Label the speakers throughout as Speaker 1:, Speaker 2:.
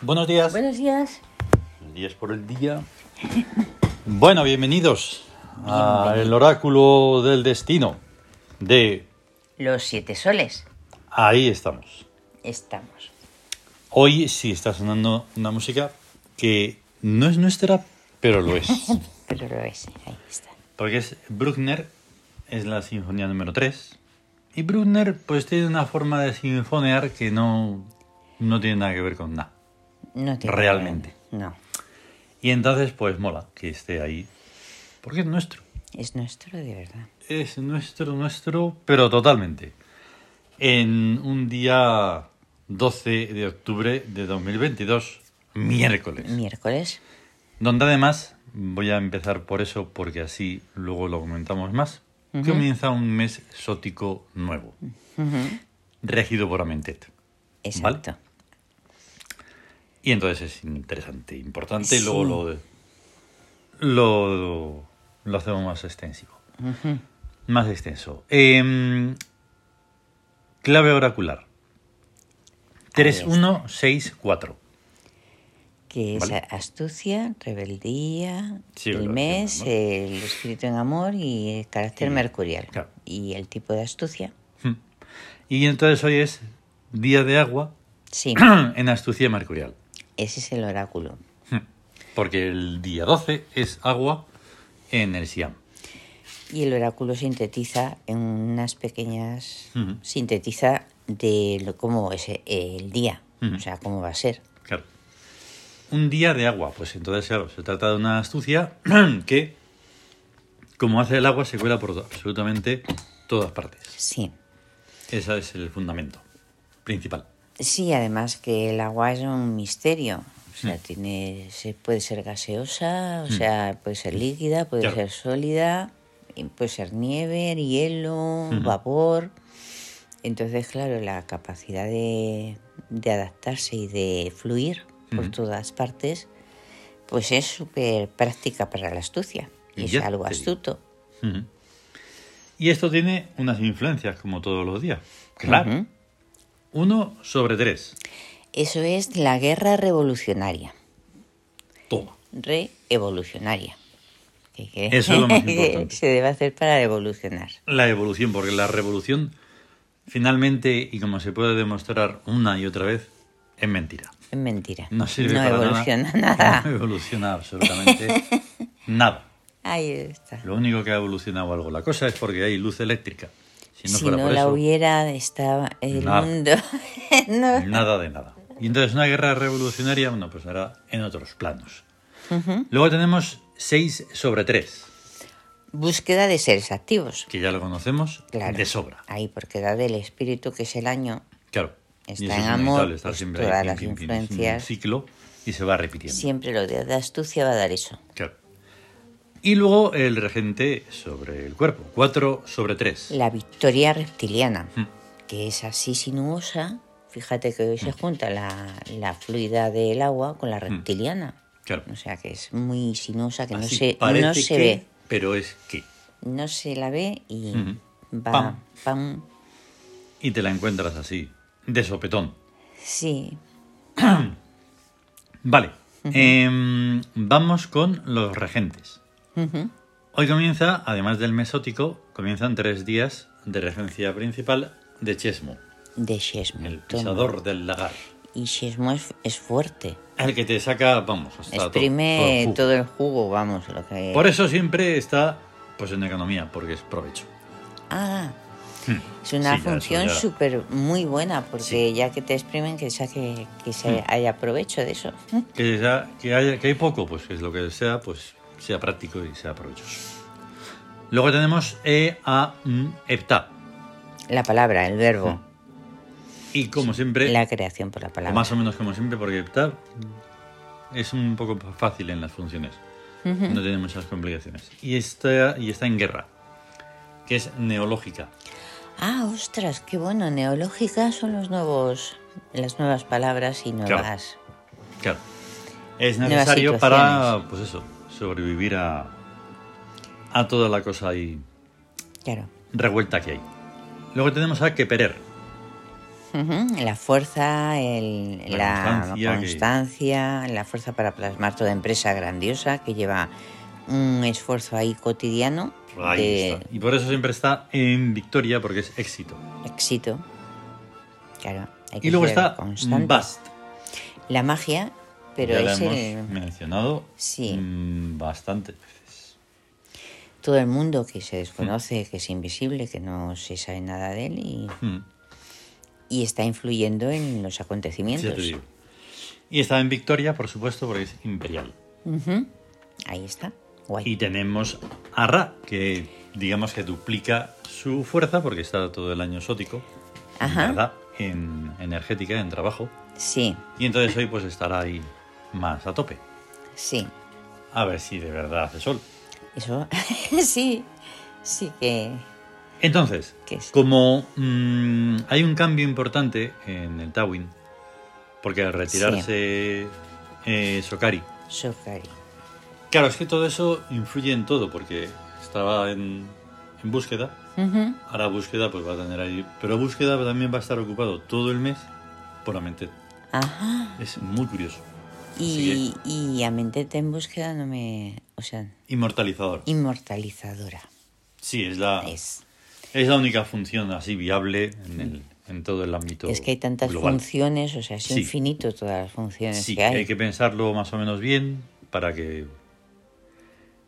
Speaker 1: Buenos días.
Speaker 2: Buenos días.
Speaker 1: Días por el día. Bueno, bienvenidos al oráculo del destino de...
Speaker 2: Los siete soles.
Speaker 1: Ahí estamos.
Speaker 2: Estamos.
Speaker 1: Hoy sí está sonando una música que no es nuestra, pero lo es.
Speaker 2: Pero lo es. Ahí está.
Speaker 1: Porque es Bruckner, es la sinfonía número 3. Y Bruckner pues tiene una forma de sinfonear que no, no tiene nada que ver con nada.
Speaker 2: No tiene
Speaker 1: Realmente.
Speaker 2: No.
Speaker 1: Y entonces pues mola que esté ahí. Porque es nuestro.
Speaker 2: Es nuestro de verdad.
Speaker 1: Es nuestro, nuestro, pero totalmente. En un día 12 de octubre de 2022, miércoles.
Speaker 2: Miércoles.
Speaker 1: Donde además, voy a empezar por eso porque así luego lo comentamos más, comienza un mes sótico nuevo,
Speaker 2: Ujú.
Speaker 1: regido por Amentet.
Speaker 2: Exacto.
Speaker 1: Y entonces es interesante, importante, y
Speaker 2: Sí.
Speaker 1: luego lo, lo, lo hacemos más extensivo.
Speaker 2: Ujú.
Speaker 1: Más extenso. Em, clave oracular. 3164.
Speaker 2: Que es
Speaker 1: Vale.
Speaker 2: astucia, rebeldía,
Speaker 1: Sí,
Speaker 2: el
Speaker 1: lo
Speaker 2: mes,
Speaker 1: decimos, ¿no?
Speaker 2: el espíritu en amor y el carácter
Speaker 1: Sí,
Speaker 2: mercurial.
Speaker 1: claro.
Speaker 2: Y el tipo de astucia.
Speaker 1: Hm. Y entonces hoy es Día de Agua
Speaker 2: Sí,
Speaker 1: en Astucia Mercurial. Hm.
Speaker 2: ese es el oráculo.
Speaker 1: Porque el día 12 es agua en el Siam.
Speaker 2: Y el oráculo sintetiza en unas pequeñas.
Speaker 1: Ujú.
Speaker 2: Sintetiza de lo- cómo es eh, el día,
Speaker 1: Ujú.
Speaker 2: o sea, cómo va a ser.
Speaker 1: Claro. Un día de agua, pues entonces, claro, se trata de una astucia que, como hace el agua, se cuela por absolutamente todas partes.
Speaker 2: Sí.
Speaker 1: Ese es el fundamento principal.
Speaker 2: Sí, además que el agua es un misterio. O
Speaker 1: Mm.
Speaker 2: sea, tiene, se puede ser gaseosa, o sea, puede ser líquida, puede
Speaker 1: Claro.
Speaker 2: ser sólida, y puede ser nieve, hielo, vapor. Entonces, claro, la capacidad de, de adaptarse y de fluir por todas partes, pues es súper práctica para la astucia. Y
Speaker 1: Ya
Speaker 2: es algo
Speaker 1: te digo.
Speaker 2: astuto.
Speaker 1: Ujú. Y esto tiene unas influencias, como todos los días. Claro.
Speaker 2: Ujú.
Speaker 1: Uno sobre tres.
Speaker 2: Eso es la guerra revolucionaria.
Speaker 1: Toma.
Speaker 2: reevolucionaria. Que- que-
Speaker 1: Eso es lo más
Speaker 2: que
Speaker 1: importante.
Speaker 2: se debe hacer para evolucionar.
Speaker 1: la evolución, porque la revolución finalmente, y como se puede demostrar una y otra vez, es mentira.
Speaker 2: Es mentira.
Speaker 1: No sirve
Speaker 2: No
Speaker 1: para
Speaker 2: evoluciona
Speaker 1: nada.
Speaker 2: nada.
Speaker 1: No evoluciona absolutamente nada.
Speaker 2: Ahí está.
Speaker 1: Lo único que ha evolucionado algo la cosa es porque hay luz eléctrica. Si no
Speaker 2: si
Speaker 1: fuera
Speaker 2: no
Speaker 1: por
Speaker 2: la
Speaker 1: eso,
Speaker 2: hubiera, estaba el
Speaker 1: Nada.
Speaker 2: mundo. no.
Speaker 1: nada de nada. Y entonces una guerra revolucionaria, bueno, pues será en otros planos. Luego tenemos 6 sobre 3,
Speaker 2: Búsqueda de seres activos.
Speaker 1: que ya lo conocemos
Speaker 2: Claro.
Speaker 1: de sobra.
Speaker 2: Ahí, porque da del espíritu que es el año,
Speaker 1: Claro. Y
Speaker 2: Está
Speaker 1: eso
Speaker 2: en
Speaker 1: es
Speaker 2: amor,
Speaker 1: inevitable, estar
Speaker 2: pues,
Speaker 1: siempre ahí,
Speaker 2: todas
Speaker 1: pim,
Speaker 2: las
Speaker 1: pim, pim, es un
Speaker 2: influencias.
Speaker 1: ciclo y se va repitiendo.
Speaker 2: siempre lo de la astucia va a dar eso.
Speaker 1: Claro. Y luego el regente sobre el cuerpo. 4 sobre 3.
Speaker 2: La victoria reptiliana,
Speaker 1: Mm.
Speaker 2: que es así sinuosa. Fíjate que hoy
Speaker 1: Mm.
Speaker 2: se junta la, la fluida del agua con la reptiliana.
Speaker 1: Claro.
Speaker 2: O sea que es muy sinuosa, que no
Speaker 1: Así
Speaker 2: se,
Speaker 1: parece
Speaker 2: no se
Speaker 1: que,
Speaker 2: ve.
Speaker 1: Pero es que.
Speaker 2: No se la ve y
Speaker 1: Ujú.
Speaker 2: va
Speaker 1: Pam.
Speaker 2: pam.
Speaker 1: Y te la encuentras así, de sopetón.
Speaker 2: Sí,
Speaker 1: Vale. em, vamos con los regentes. Hoy comienza, además del mesótico, comienzan tres días de regencia principal de Chesmo,
Speaker 2: de Shesmo.
Speaker 1: el
Speaker 2: Toma.
Speaker 1: pisador del lagar.
Speaker 2: Y Shesmo es, es fuerte.
Speaker 1: El que te saca, vamos, hasta todo- todo el
Speaker 2: Exprime
Speaker 1: jugo.
Speaker 2: todo el jugo, vamos. Lo que...
Speaker 1: Por eso siempre está pues en economía, porque es provecho.
Speaker 2: Ah, es una
Speaker 1: Hmm. Sí, ya, eso
Speaker 2: función
Speaker 1: ya.
Speaker 2: súper muy buena, porque
Speaker 1: Sí. Hmm.
Speaker 2: ya que te exprimen, que, saque, que se haya provecho de eso. Hmm.
Speaker 1: Que, sea- que, haya- que hay poco, pues que es lo que sea, pues sea práctico y sea provechoso. Luego tenemos E, A, M, Epta.
Speaker 2: La palabra, el verbo,
Speaker 1: Hmm. Y como siempre,
Speaker 2: la creación por la palabra.
Speaker 1: o más o menos como siempre, porque E Epta es un poco fácil en las funciones. No tiene muchas complicaciones. Y está, y está en guerra, que es neológica.
Speaker 2: Ah, ostras, qué bueno. Neológicas son los nuevos, las nuevas palabras y
Speaker 1: Claro.
Speaker 2: nuevas.
Speaker 1: Claro. Es
Speaker 2: Nuevas
Speaker 1: necesario para,
Speaker 2: situaciones.
Speaker 1: pues eso, sobrevivir a, a toda la cosa ahí
Speaker 2: Claro.
Speaker 1: revuelta que hay. Luego tenemos a Keperer,
Speaker 2: Ujú, La fuerza, el-
Speaker 1: La
Speaker 2: la,
Speaker 1: constancia
Speaker 2: constancia,
Speaker 1: que-
Speaker 2: la fuerza para plasmar toda empresa grandiosa que lleva un esfuerzo ahí cotidiano
Speaker 1: Ahí
Speaker 2: de
Speaker 1: está. Y por eso siempre está en victoria, porque es éxito.
Speaker 2: éxito. Claro, hay que
Speaker 1: Y luego
Speaker 2: ser
Speaker 1: está
Speaker 2: constante.
Speaker 1: Bast.
Speaker 2: La magia, pero
Speaker 1: ya la
Speaker 2: es
Speaker 1: hemos
Speaker 2: el-
Speaker 1: mencionado
Speaker 2: Sí.
Speaker 1: mm, bastantes veces.
Speaker 2: todo el mundo que se desconoce, que es invisible, que no se sabe nada de él y,
Speaker 1: Hmm,
Speaker 2: y está influyendo en los acontecimientos.
Speaker 1: ya te digo. Y está en victoria, por supuesto, porque es imperial.
Speaker 2: Ujú, Ahí está, guay.
Speaker 1: Y tenemos a Ra, que digamos que duplica su fuerza porque está todo el año sótico. en
Speaker 2: Ajá.
Speaker 1: verdad, En energética, en trabajo.
Speaker 2: Sí,
Speaker 1: Y entonces hoy pues estará ahí más a tope.
Speaker 2: sí.
Speaker 1: A ver si de verdad hace sol.
Speaker 2: Eso sí, sí que.
Speaker 1: Entonces,
Speaker 2: ¿Qué es?
Speaker 1: como mm, hay un cambio importante en el Tawin, porque al retirarse eh, Sokari,
Speaker 2: Sokari.
Speaker 1: claro, es que todo eso influye en todo, porque estaba en, en búsqueda,
Speaker 2: Ujú,
Speaker 1: ahora búsqueda pues va a tener ahí, pero búsqueda también va a estar ocupado todo el mes por Amentet.
Speaker 2: Ajá.
Speaker 1: Es muy curioso.
Speaker 2: Y, y a Mentete en búsqueda no me. O sea,
Speaker 1: Inmortalizador.
Speaker 2: inmortalizadora.
Speaker 1: Sí, es la, es.
Speaker 2: Es,
Speaker 1: la única función así viable en, el- en todo el ámbito.
Speaker 2: es que hay tantas
Speaker 1: global.
Speaker 2: funciones, o sea, es
Speaker 1: Sí.
Speaker 2: infinito todas las funciones
Speaker 1: Sí,
Speaker 2: que hay.
Speaker 1: hay que pensarlo más o menos bien para que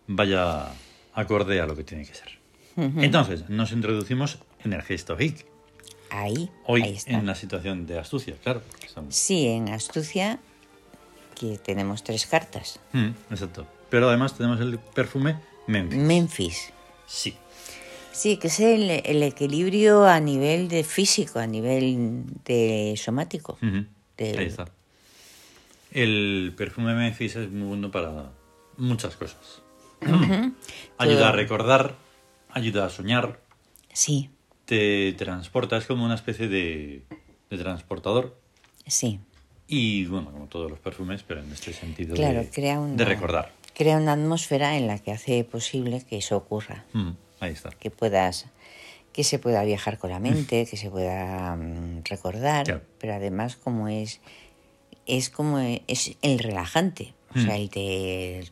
Speaker 1: vaya acorde a lo que tiene que ser. Entonces, nos introducimos en el gesto hic.
Speaker 2: Ahí,
Speaker 1: Hoy
Speaker 2: ahí está.
Speaker 1: en la situación de astucia, claro. que son-
Speaker 2: Sí, en astucia, que tenemos tres cartas.
Speaker 1: Mm, exacto. Pero además tenemos el perfume Memphis.
Speaker 2: Memphis.
Speaker 1: Sí.
Speaker 2: Sí, que es el, el equilibrio a nivel de físico, a nivel de somático.
Speaker 1: Ujú.
Speaker 2: Del-
Speaker 1: Ahí está. El perfume Memphis es muy bueno para muchas cosas. Ayuda a
Speaker 2: Todo.
Speaker 1: recordar, ayuda a soñar,
Speaker 2: Sí,
Speaker 1: te transporta, es como una especie de, de transportador.
Speaker 2: sí.
Speaker 1: Y bueno, como todos los perfumes, pero en este sentido
Speaker 2: Claro,
Speaker 1: de,
Speaker 2: crea una,
Speaker 1: de recordar.
Speaker 2: Crea una atmósfera en la que hace posible que eso ocurra,
Speaker 1: Mm, ahí está.
Speaker 2: que puedas, que se pueda viajar
Speaker 1: Mm.
Speaker 2: con la mente, que se pueda mm, recordar,
Speaker 1: Claro.
Speaker 2: pero además como es, es como e- es el relajante, o sea,
Speaker 1: Mm.
Speaker 2: el de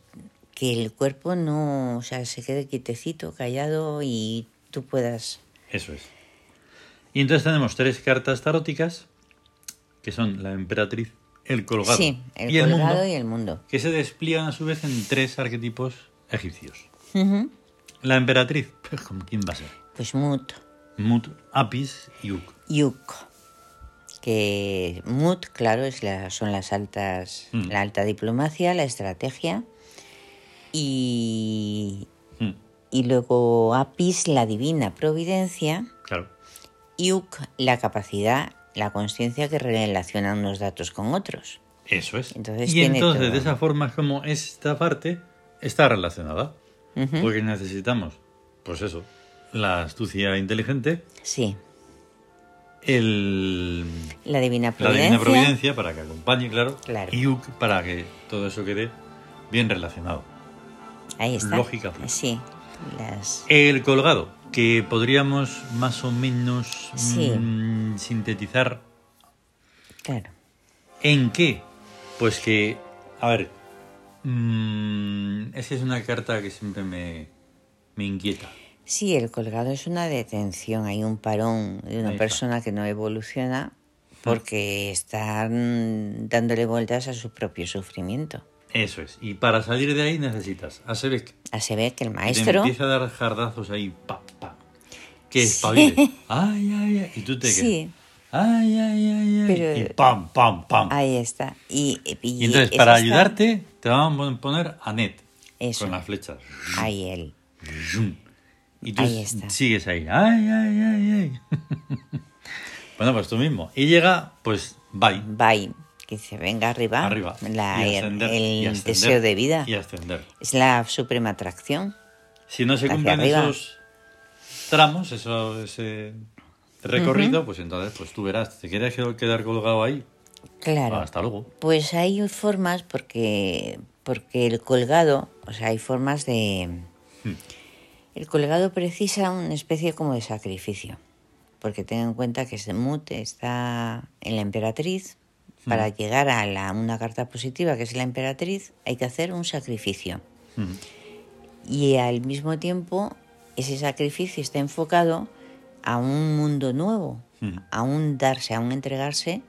Speaker 2: que el cuerpo no, o sea, se quede quietecito, callado y tú puedas,
Speaker 1: Eso es. Y entonces tenemos tres cartas taróticas, que son la emperatriz, el colgado
Speaker 2: sí, el
Speaker 1: y el
Speaker 2: colgado
Speaker 1: mundo,
Speaker 2: y el mundo.
Speaker 1: que se despliegan a su vez en tres arquetipos egipcios.
Speaker 2: Ujú.
Speaker 1: La emperatriz, pues, ¿con quién va a ser?
Speaker 2: Pues mut,
Speaker 1: Mut, Apis y Uk.
Speaker 2: Yuk. Que Mut, claro, es la- son las altas,
Speaker 1: Mm.
Speaker 2: la alta diplomacia, la estrategia. Y,
Speaker 1: Mm,
Speaker 2: y luego Apis, la divina providencia.
Speaker 1: claro.
Speaker 2: Yuk, la capacidad, la conciencia que relaciona unos datos con otros.
Speaker 1: Eso es.
Speaker 2: Entonces
Speaker 1: y
Speaker 2: tiene
Speaker 1: entonces,
Speaker 2: todo.
Speaker 1: de esa forma, es como esta parte está relacionada.
Speaker 2: Ujú.
Speaker 1: Porque necesitamos, pues eso, la astucia inteligente,
Speaker 2: Sí,
Speaker 1: el,
Speaker 2: la divina
Speaker 1: la
Speaker 2: providencia.
Speaker 1: divina providencia para que acompañe, claro,
Speaker 2: Claro.
Speaker 1: y Uc para que todo eso quede bien relacionado.
Speaker 2: Ahí está.
Speaker 1: lógica fluida.
Speaker 2: Sí, las...
Speaker 1: El colgado, que podríamos más o menos
Speaker 2: Sí.
Speaker 1: mm, sintetizar
Speaker 2: claro.
Speaker 1: en qué. Pues que, a ver, mm, esa es una carta que siempre me, me inquieta.
Speaker 2: Sí, el colgado es una detención, hay un parón de
Speaker 1: Ahí
Speaker 2: una
Speaker 1: está. Ah.
Speaker 2: persona que no evoluciona porque están dándole vueltas a su propio sufrimiento.
Speaker 1: Eso es. Y para salir de ahí necesitas a Sebek,
Speaker 2: Ah, Se ve que el
Speaker 1: Y te
Speaker 2: maestro...
Speaker 1: empieza a dar jardazos ahí, pa, pa. Que espabile. Ay, ay, ay. Y tú te quedas.
Speaker 2: Sí.
Speaker 1: Ay, ay, ay, ay.
Speaker 2: Pero-
Speaker 1: Y pam, pam, pam.
Speaker 2: Ahí está. Y,
Speaker 1: y entonces, para
Speaker 2: es esta-
Speaker 1: ayudarte, te van a poner a Net.
Speaker 2: Eso.
Speaker 1: Con las flechas.
Speaker 2: Ahí él.
Speaker 1: Zoom. Y tú
Speaker 2: Ahí está.
Speaker 1: sigues ahí. Ay, ay, ay, ay. bueno, pues tú mismo. Y llega, pues, bye.
Speaker 2: Bye. Que se venga arriba.
Speaker 1: Arriba.
Speaker 2: Ah, La-
Speaker 1: y
Speaker 2: el-
Speaker 1: ascender,
Speaker 2: el
Speaker 1: y ascender,
Speaker 2: deseo de vida.
Speaker 1: Y ascender.
Speaker 2: Es la suprema atracción.
Speaker 1: Si no se
Speaker 2: Hacia
Speaker 1: cumplen
Speaker 2: arriba.
Speaker 1: esos tramos, eso, ese recorrido, pues entonces pues tú verás, te quieres qued- quedar colgado ahí,
Speaker 2: Claro.
Speaker 1: hasta luego.
Speaker 2: Pues hay formas porque porque el colgado, o sea, hay formas de
Speaker 1: Hmm.
Speaker 2: el colgado precisa una especie como de sacrificio porque ten en cuenta que Semut está en la emperatriz. Para llegar a la- una carta positiva, que es la emperatriz, hay que hacer un sacrificio.
Speaker 1: Ujú.
Speaker 2: Y al mismo tiempo, ese sacrificio está enfocado a un mundo nuevo,
Speaker 1: Ujú.
Speaker 2: a un darse, a un entregarse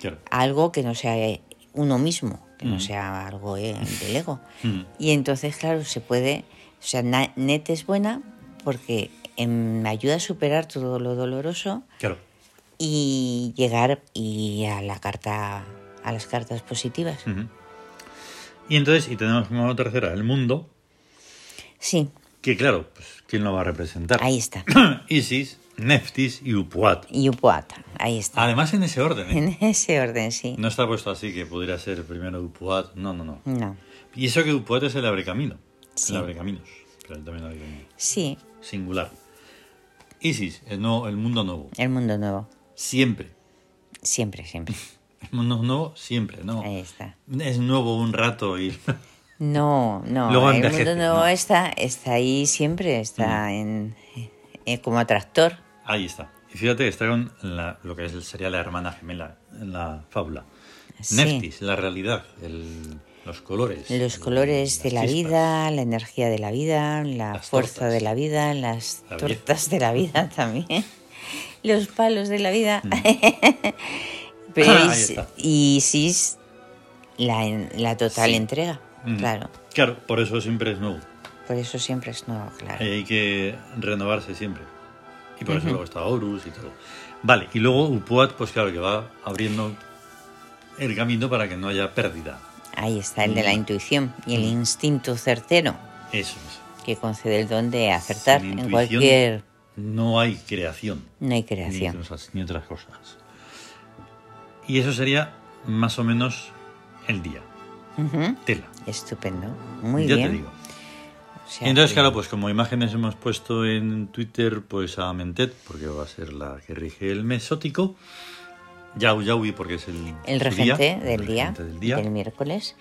Speaker 1: Claro.
Speaker 2: a algo que no sea eh, uno mismo, que no
Speaker 1: Ujú.
Speaker 2: sea algo eh, del ego.
Speaker 1: Ujú.
Speaker 2: Y entonces, claro, se puede. O sea, na- net es buena porque em, me ayuda a superar todo lo doloroso
Speaker 1: Claro.
Speaker 2: y llegar y a la carta a las cartas positivas.
Speaker 1: Ujú. Y entonces, y tenemos como tercera el mundo,
Speaker 2: Sí,
Speaker 1: que claro, pues, ¿quién lo va a representar?
Speaker 2: ahí está.
Speaker 1: Isis, Neftis y Upuat.
Speaker 2: Yupuata, ahí está.
Speaker 1: Además en ese orden, ¿eh?
Speaker 2: En ese orden, sí.
Speaker 1: No está puesto así que pudiera ser primero Upuat. No, no, no.
Speaker 2: No.
Speaker 1: Y eso que Upuat es el abrecamino.
Speaker 2: Sí.
Speaker 1: El abrecaminos. Pero él también abre camino.
Speaker 2: Sí,
Speaker 1: Singular. Isis, el, nuevo- el mundo nuevo.
Speaker 2: el mundo nuevo.
Speaker 1: Siempre.
Speaker 2: Siempre, siempre.
Speaker 1: El mundo nuevo siempre, ¿no?
Speaker 2: Ahí está.
Speaker 1: Es nuevo un rato y...
Speaker 2: No, no.
Speaker 1: Luego
Speaker 2: el
Speaker 1: envejece,
Speaker 2: mundo nuevo
Speaker 1: ¿no? Mm.
Speaker 2: está, está ahí siempre, está en, eh, como atractor.
Speaker 1: Ahí está. Y fíjate que está con la- lo que es, sería la hermana gemela en la fábula.
Speaker 2: Sí.
Speaker 1: Neftis, la realidad, el- los colores.
Speaker 2: Los
Speaker 1: el-
Speaker 2: colores
Speaker 1: las
Speaker 2: de la
Speaker 1: chispas.
Speaker 2: vida, la energía de la vida, la
Speaker 1: Las
Speaker 2: fuerza
Speaker 1: tortas.
Speaker 2: de la vida, las
Speaker 1: La belleza.
Speaker 2: tortas de la vida también, los palos de la vida. Pero
Speaker 1: Mm. Ahí
Speaker 2: Is-
Speaker 1: está.
Speaker 2: y Isis, la, en- la total
Speaker 1: Sí.
Speaker 2: entrega,
Speaker 1: Mm.
Speaker 2: claro.
Speaker 1: Claro, por eso siempre es nuevo.
Speaker 2: Por eso siempre es nuevo, claro.
Speaker 1: Eh, Hay que renovarse siempre. Y por eso luego está Horus y todo. Vale, y luego Upuat, pues claro, que va abriendo el camino para que no haya pérdida.
Speaker 2: Ahí está
Speaker 1: mm.
Speaker 2: el de la intuición y el instinto certero
Speaker 1: Eso es.
Speaker 2: que concede el don de acertar
Speaker 1: Sin
Speaker 2: en
Speaker 1: intuición
Speaker 2: cualquier...
Speaker 1: No hay creación.
Speaker 2: No hay
Speaker 1: ni
Speaker 2: creación.
Speaker 1: otras- ni otras cosas. Y eso sería más o menos el día.
Speaker 2: Ujú.
Speaker 1: Tela.
Speaker 2: Estupendo. Muy
Speaker 1: ya
Speaker 2: bien.
Speaker 1: te digo.
Speaker 2: O
Speaker 1: Y
Speaker 2: sea
Speaker 1: entonces,
Speaker 2: que-
Speaker 1: claro, pues como imágenes hemos puesto en Twitter pues a Mentet, porque va a ser la que rige el mesótico. Yau Yaui, porque es el,
Speaker 2: El
Speaker 1: su
Speaker 2: regente,
Speaker 1: día,
Speaker 2: del,
Speaker 1: el
Speaker 2: día,
Speaker 1: regente del día.
Speaker 2: del miércoles,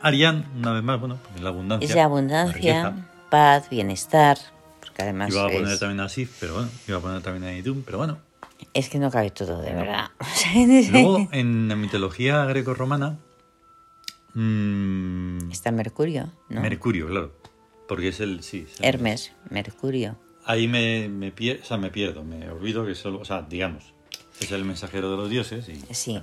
Speaker 1: Arián, una vez más, bueno, porque la abundancia.
Speaker 2: es la
Speaker 1: la
Speaker 2: abundancia,
Speaker 1: riqueza.
Speaker 2: paz, bienestar, porque además
Speaker 1: Iba a poner
Speaker 2: es,
Speaker 1: también a Sif, pero bueno, iba a poner también a Idun, pero bueno.
Speaker 2: es que no cabe todo, de verdad.
Speaker 1: Luego, en la mitología grecorromana, mm,
Speaker 2: Está Mercurio, ¿no?
Speaker 1: Mercurio, claro. Porque es el. Sí. es el-
Speaker 2: Hermes, Mercurio.
Speaker 1: Ahí me, me, pier- o sea, me pierdo, me olvido que solo. O sea, digamos, es el mensajero de los dioses. y-
Speaker 2: Sí,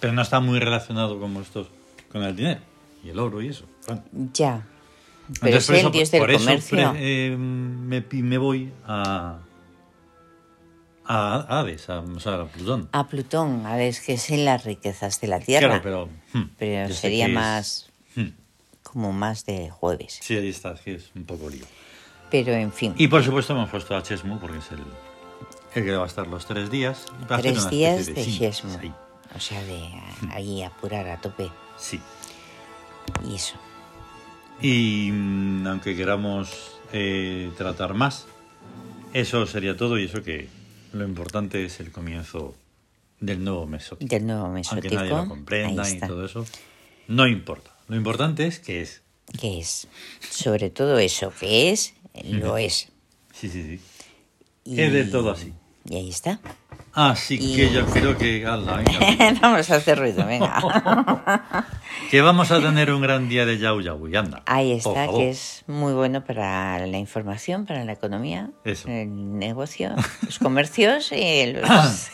Speaker 1: pero no está muy relacionado con estos. con el dinero y el oro y eso. Bueno,
Speaker 2: ya.
Speaker 1: entonces,
Speaker 2: Pero es
Speaker 1: por
Speaker 2: el
Speaker 1: eso-
Speaker 2: dios del
Speaker 1: por eso,
Speaker 2: comercio.
Speaker 1: pre- eh, me, pi- me voy a. a Hades, a, o sea, a Plutón.
Speaker 2: A Plutón, a ver, es que es en las riquezas de la Tierra.
Speaker 1: Claro, pero. hmm,
Speaker 2: pero
Speaker 1: yo sé
Speaker 2: sería
Speaker 1: que es-
Speaker 2: más,
Speaker 1: hmm,
Speaker 2: como más de jueves.
Speaker 1: sí, ahí está, es que es un poco lío.
Speaker 2: Pero en fin,
Speaker 1: Y por supuesto hemos puesto a Chesmu porque es el, el que va a estar los tres días. y va a hacer una
Speaker 2: tres
Speaker 1: especie
Speaker 2: días de
Speaker 1: síntesis
Speaker 2: Chesmo.
Speaker 1: ahí.
Speaker 2: O sea, de a-
Speaker 1: Hmm.
Speaker 2: ahí apurar a tope.
Speaker 1: Sí.
Speaker 2: Y eso.
Speaker 1: Y mm, aunque queramos eh, tratar más, eso sería todo y eso que lo importante es el comienzo del nuevo mesótico.
Speaker 2: Del nuevo
Speaker 1: Aunque
Speaker 2: mesótico.
Speaker 1: nadie lo comprenda
Speaker 2: ahí
Speaker 1: y
Speaker 2: está.
Speaker 1: todo eso, no importa. Lo importante es que es.
Speaker 2: ¿Qué es? Sobre todo eso, que es, lo es.
Speaker 1: Sí, sí, sí.
Speaker 2: Y,
Speaker 1: Hmm. Es de todo así.
Speaker 2: Y ahí está.
Speaker 1: Así
Speaker 2: Y-
Speaker 1: que yo creo que... ala, venga.
Speaker 2: Vamos a hacer ruido, venga.
Speaker 1: que vamos a tener un gran día de Yau Yau y anda.
Speaker 2: Ahí
Speaker 1: por
Speaker 2: está,
Speaker 1: favor.
Speaker 2: que es muy bueno para la información, para la economía,
Speaker 1: Eso.
Speaker 2: el negocio, los comercios y los...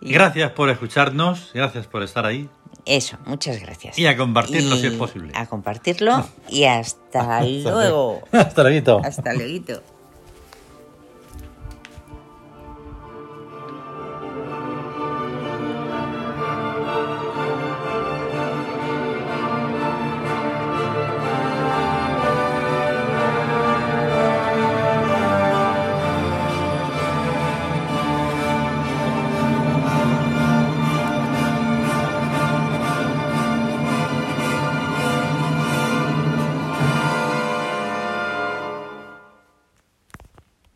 Speaker 2: y
Speaker 1: Gracias por escucharnos, gracias por estar ahí.
Speaker 2: Eso, muchas gracias.
Speaker 1: Y a compartirlo si
Speaker 2: Y
Speaker 1: es posible.
Speaker 2: A compartirlo y hasta luego.
Speaker 1: Hasta luego.
Speaker 2: Hasta luego.